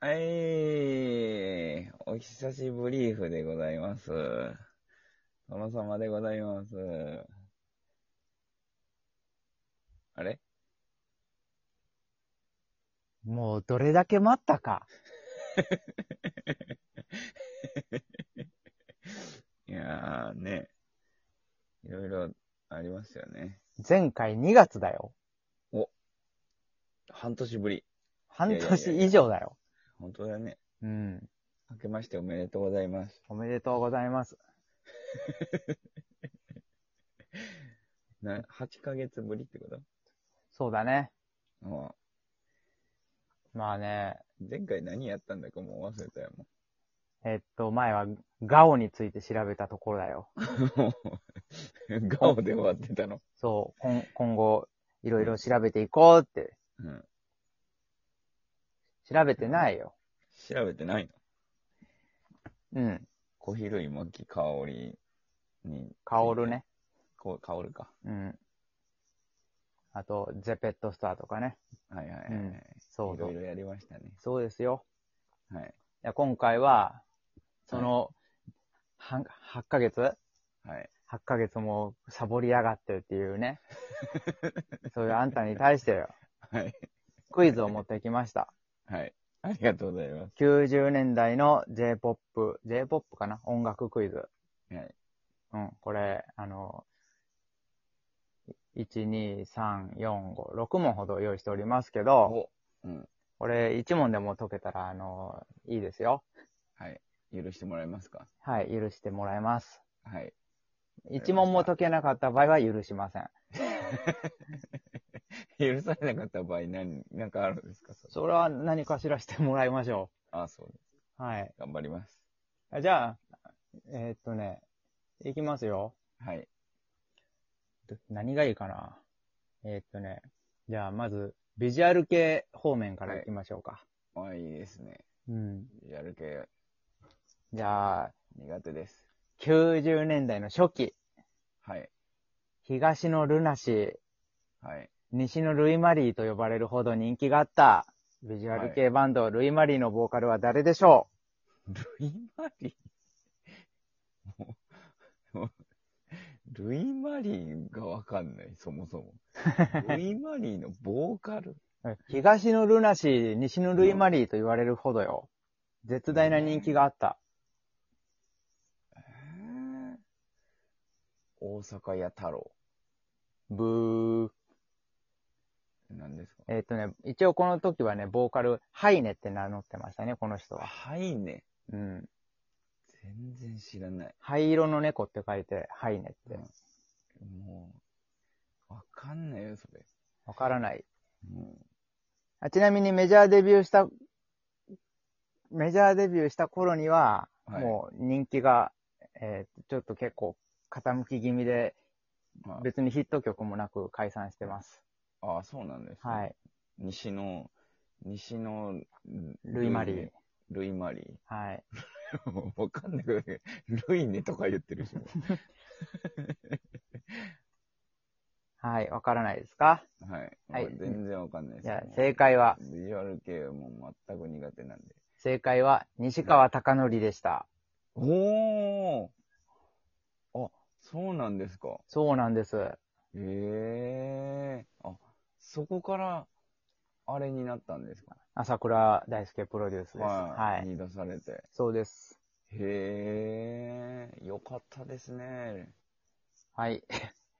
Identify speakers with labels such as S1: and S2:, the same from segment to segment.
S1: はい。お久しぶりーふでございます。殿様でございます。あれ
S2: もうどれだけ待ったか。
S1: いやーね。いろいろありますよね。
S2: 前回2月だよ。
S1: 半年ぶり。
S2: 半年以上だよ。
S1: 本当だね。
S2: うん。
S1: 明けましておめでとうございます。
S2: おめでとうございます。
S1: な、8ヶ月ぶりってこと
S2: そうだね。
S1: も
S2: まあね、
S1: う、前回何やったんだかもう 忘れたよ、も
S2: えっと、前はガオについて調べたところだよ。
S1: う。もうガオで終わってたの。
S2: そう、今今後、いろいろ調べていこうって。
S1: うん。
S2: 調べてないよ。
S1: 調べてないの
S2: うん。
S1: コーヒー類、薪、香りに。
S2: カオルね。
S1: こう。香るか。
S2: うん。あと、ゼペットスターとかね。
S1: はいはいはい。
S2: うんそう
S1: い
S2: そ。
S1: ろいうろやりましたね。
S2: そうですよ。
S1: はい。
S2: いや今回は、その、は8ヶ月
S1: はい。
S2: 8ヶ月もサボりやがってってい うね。そういうあんたに対してよ、
S1: はい。
S2: クイズを持ってきました。
S1: はい。ありがとうございま
S2: 90年代の J-POP、J-POP かな音楽クイズ。
S1: す。はい。
S2: うん、これ、あの、1、2、3、4、5、6問ほど用意しておりますけど、
S1: おうん。
S2: これ1問でも解けたら、あの、いいですよ。
S1: はい。許してもらえますか
S2: はい、許してもらいます。
S1: はい。
S2: 1問も解けなかった場合は許しません。
S1: 許されなかった場合、何、なんかあるんですかそれ
S2: それは何かしらしてもらいましょ
S1: あ、そうです。
S2: う。はい。
S1: 頑張ります。
S2: あじゃあ、えーっとね、いきますよ。
S1: はい。
S2: ど何がいいかなえーっとね、じゃあまず、ビジュアル系方面からいきましょうか。
S1: あ、いいですね。
S2: うん。
S1: やる系
S2: じゃあ、
S1: 苦手です。
S2: 90年代の初期、
S1: はい。
S2: 東のルナシー、
S1: はい。
S2: 西のルイマリーと呼ばれるほど人気があった、ビジュアル系バンド、ルイマリーのボーカルは誰でしょ
S1: ルイマリーもう、もう ルイマリーがわかんない、そもそ も。ルイマリーのボーカル
S2: う、東のルナシー、西のルイマリーと言われるほどよ。絶大な人気があった。
S1: 大阪屋太郎。
S2: ブー。
S1: なんですか
S2: えっ、とね、一応この時はね、ボーカル、ハイネって名乗ってましたね、この人は。
S1: はいね。
S2: うん。
S1: 全然知らない。
S2: 灰色の猫って書いて、ハイネって。
S1: もう、わかんないよ、それ。
S2: わからない
S1: も
S2: あ。ちなみにメジャーデビューした、メジャーデビューした頃には、
S1: はい
S2: もう人気が、えーちょっと結構傾き気味で、
S1: うま
S2: 別にヒット曲もなく解散してます。
S1: あ、あ、そうなんです、。
S2: はいい。
S1: 西の、西の、ル
S2: ルイマリー。。
S1: ルイマリー。
S2: はい。
S1: も うわかんないけどね、ルイネとか言ってるし。も
S2: はい。わからないですか
S1: うはい。
S2: はい
S1: もう全然わかんないです。
S2: いや
S1: もう
S2: 正解は
S1: ビジュアル系はもう全く苦手なんで。
S2: 正解は、西川貴教でした。
S1: おーあ、そうなんですか。
S2: そうなんです。
S1: へえー。あ、そこから、あれになったんですか
S2: 朝倉大輔プロデュースです。はい。
S1: に出されて。
S2: そうです。
S1: へえー。よかったですね。
S2: はい。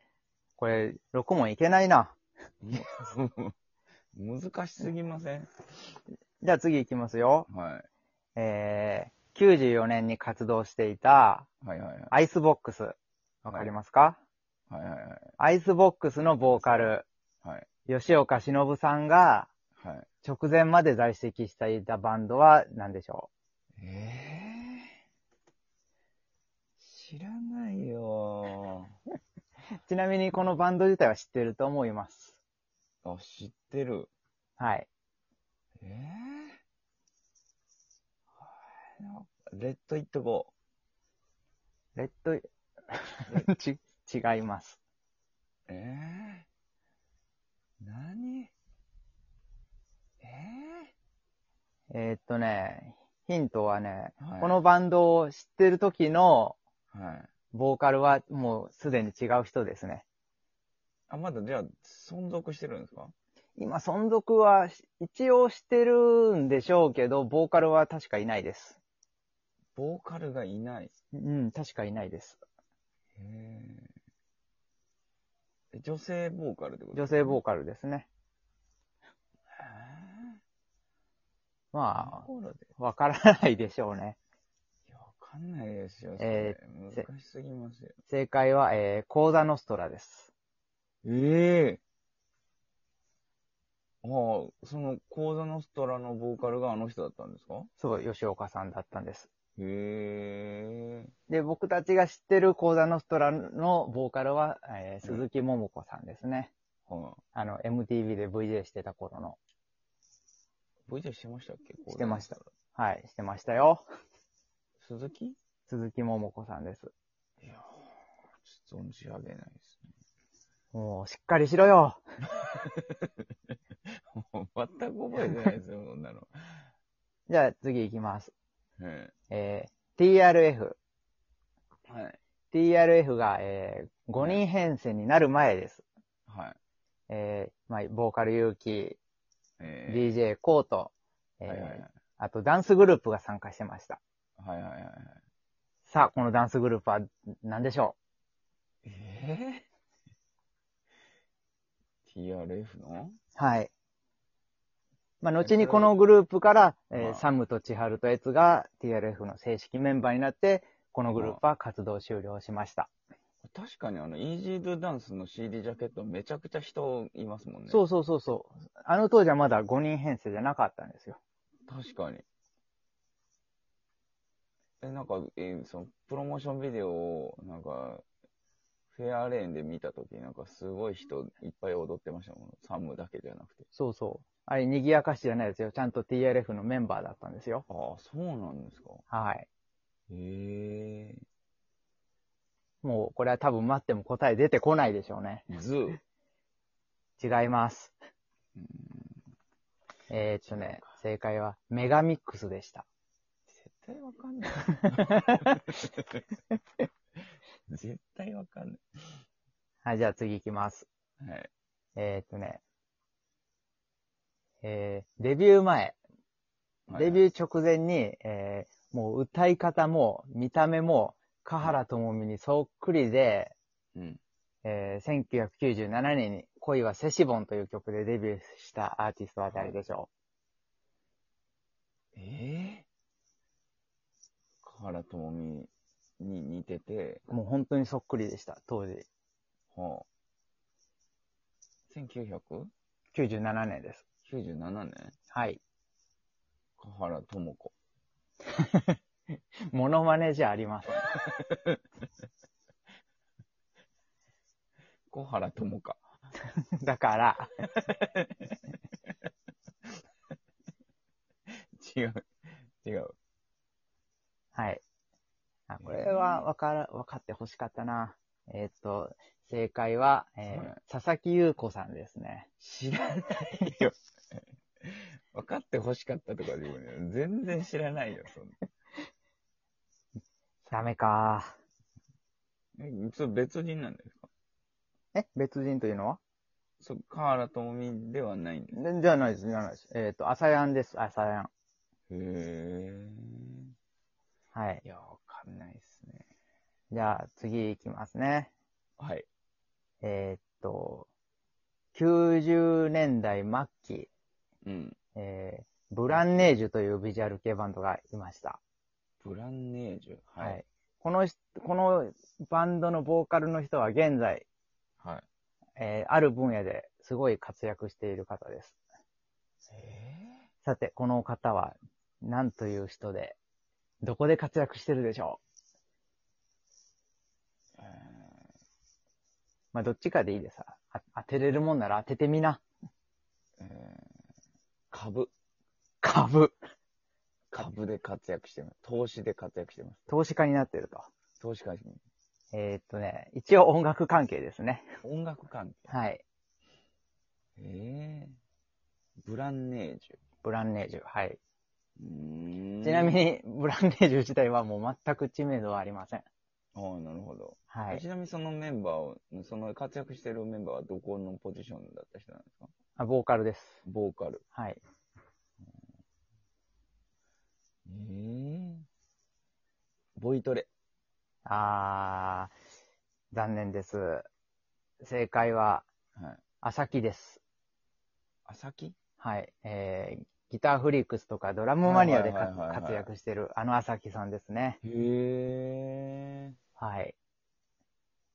S2: これ、6問いけないな。
S1: 難しすぎません
S2: じゃあ次いきますよ。
S1: は
S2: えー、94年に活動していた、
S1: い。はいはいはい。
S2: アイスボックス。わかりますか、
S1: はいはいはい。
S2: アイスボックスのボーカル、
S1: はい。
S2: 吉岡忍さんが、
S1: はい。
S2: 直前まで在籍していたバンドは何でしょ
S1: えー、知らないよ
S2: うちなみにこのバンド自体は知ってると思います。
S1: ー。あ、知ってる。
S2: はい。
S1: えーはいレッドイットゴ
S2: レッドイ、 ち、違います。
S1: ー。えー、何え
S2: えーっとね、ヒントはね、
S1: はい
S2: このバンドを知ってる時の
S1: はい。
S2: ボーカルはもうすでに違う人ですね。
S1: あ、まだじゃあ、存続してるんですか
S2: 今、存続はし一応してるんでしょうけど、ボーカルは確かいないです。
S1: ボーカルがいない。
S2: うん、確かいないです。
S1: へーえ。女性ボーカルってこと
S2: 女性ボー
S1: カ
S2: カルですね。ま
S1: ところで。
S2: あ、わからないでしょうね。
S1: いや、わかんないですよ。
S2: え
S1: そ
S2: せ
S1: れ難しすぎますよ。
S2: 正解は、えー、コーザノストラです。
S1: ええああ、その、コーザノストラのボーカルがあの人だったんですか
S2: そう、吉岡さんだったんです。
S1: へえ。
S2: で、僕たちが知ってるコーザノストラのボーカルは、えー鈴木桃子さんですね。
S1: は
S2: あの、MTV で VJ してた頃の。
S1: い。VJ してましたっけ
S2: してました。
S1: コーザノ
S2: はい、してましたよ。
S1: ストラ鈴木い
S2: 鈴木桃子さんです。
S1: やー、ちょっと存じ上げないですね。
S2: もう、しっかりしろよ
S1: もう全く覚えてないですよ、そんなの。
S2: じゃあ、次行きます。
S1: え
S2: えー、TRF。
S1: えはい。
S2: TRF が、えー、5人編成になる前です。
S1: はい。
S2: えー、まあ、ボーカル勇気、
S1: え
S2: DJ コート、え
S1: え
S2: ー
S1: はいはいはい。
S2: あとダンスグループが参加してました。
S1: はいはいはいはい。
S2: さあ、このダンスグループは何でしょ
S1: え え ?TRF の
S2: うはい。まあ、後にこのグループから、え
S1: まあ
S2: ー、サムと千春とエツが TRF の正式メンバーになって、このグループは活動終了しました。
S1: 確かにあの、Easy to Dance の CD ジャケットめちゃくちゃ人いますもんね。。
S2: そううそうそうそう。あの当時はまだ5人編成じゃなかったんですよ。
S1: 確かに。え、なんか、えーその、プロモーションビデオを、なんか、フェアレーンで見たとき、なんかすごい人いっぱい踊ってましたもん。サムだけじゃなくて。
S2: そうそう。あれ、賑やかしじゃないですよ。ちゃんと TRF のメンバーだったんですよ。
S1: ああ、そうなんですか。
S2: はい。
S1: へえ
S2: もう、これは多分待っても答え出てこないでしょうね。
S1: ズー。
S2: 違います。
S1: うん
S2: えー、っとね、正解はメガミックスでした。
S1: 絶対わかんない。 絶対わかんな
S2: はい、じゃあ次行きます。
S1: い。はい。
S2: えー、っとね、えー、デビュー前、デビュー直前に、えー、もう歌い方も見た目も、香原朋美にそっくりで、
S1: ー。うん。
S2: えー、1997年に恋はセシボンという曲でデビューしたアーティストは誰でしょ
S1: ええー、河原智美に似てて、
S2: う。もう本当にそっくりでした、当時。
S1: はあ、1997
S2: 97年です。
S1: 年
S2: はい。
S1: 河原智子。
S2: モノマネじゃありません。
S1: 小原智香。
S2: だから、
S1: 違う。違う。
S2: はい。あ、これはわから、分かってほしかったな。えーっと、正解は、えー
S1: はい
S2: 佐々木優子さんですね。
S1: 知らないよ。分かって欲しかったとかで言うの全然知らないよ、そんな。
S2: ダメか。
S1: え、それ別人なんですか
S2: え、別人というのは
S1: そ、河原智美ではないんです。
S2: ねじゃないです、じゃないです。えーっと、朝やんです、朝やん。
S1: へえ。
S2: はい。
S1: いや、わかんないですね。
S2: じゃあ、次いきますね。
S1: はい。
S2: えーっと、90年代末期、
S1: うん。
S2: えーブランネージュというビジュアル系バンドがいました。
S1: ブランネージュ。
S2: は
S1: はいい。
S2: この人、このバンドのボーカルの人は現在、
S1: はい。
S2: えーある分野ですごい活躍している方です。
S1: え
S2: さて、この方は何という人で、どこで活躍してるでしょ
S1: ー、
S2: うまあ、どっちかでいいです。あ当てれるもんなら当ててみな。
S1: えー、株。
S2: 株。
S1: 株で活躍してます。投資で活躍してます。
S2: 投資家になってると。
S1: 投資家に。
S2: えーっとね、一応音楽関係ですね。
S1: 音楽関
S2: はい。
S1: 係。えー、ブランネージ
S2: ブランネージュ。はい。ち
S1: ち
S2: なみ。に、ブランデージュ自体はもう全く知名度はありません。
S1: ああ、なるほど。
S2: はい。
S1: ちなみにそのメンバーを、その活躍してるメンバーはどこのポジションだった人なんですか
S2: あボーカルです。
S1: ボーカル。
S2: はい。
S1: ええボイトレ。
S2: あー、残念です。正解は、
S1: はい。
S2: 朝木です。
S1: あさき
S2: はい。えー、ギターフリークスとかドラムマニア
S1: は
S2: で
S1: い
S2: か
S1: はいはいはいはい
S2: 活躍してる、あの朝木さんですね。
S1: へえ。
S2: はい。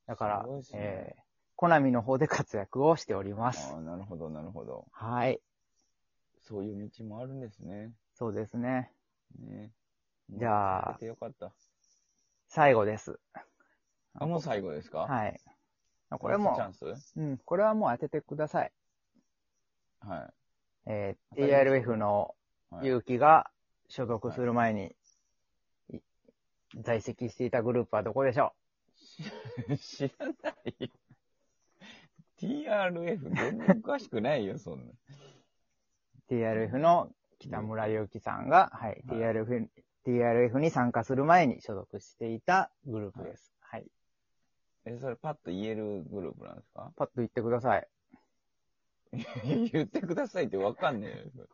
S2: だから
S1: すごいっ、すね
S2: えー、コナミの方で活躍をしております
S1: あ。あ、なるほど、なるほど。
S2: はい。
S1: そういう道もあるんですね。
S2: そうですね。
S1: ね。
S2: じゃあ
S1: 見つけてよかった。
S2: 最後です。
S1: あ、もう最後ですか
S2: はい。これも
S1: チャ、ンスは
S2: うん、これはもう当ててください。
S1: い。
S2: えー
S1: 当たります
S2: ARF の
S1: はい、
S2: 結城が所属する前に、い在籍していたグループはどこでしょ
S1: 知らないよ。TRF 全然詳しくないよ、そんな。
S2: う ?TRF の北村祐樹さんが、はい、
S1: はい
S2: TRF、TRF に参加する前に所属していたグループです。はい。
S1: え、それパッと言えるグループなんですか
S2: パッと言ってください。
S1: 言ってくださいってわかんねえよ。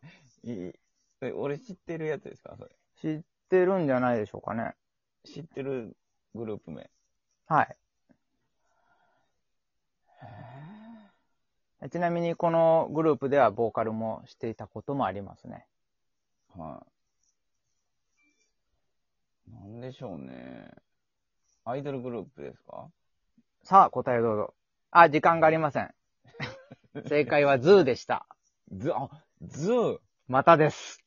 S1: いいえ俺知ってるやつですかそれ。
S2: 知ってるんじゃないでしょうかね。
S1: 知ってるグループ名。
S2: はい。ちなみに、このグループではボーカルもしていたこともありますね。
S1: はい。なんでしょうね。アイドルグループですか
S2: さあ、答えどうぞ。あ、時間がありま せん。正解はズーでした。
S1: 哦ズ、あ、ズー
S2: またです。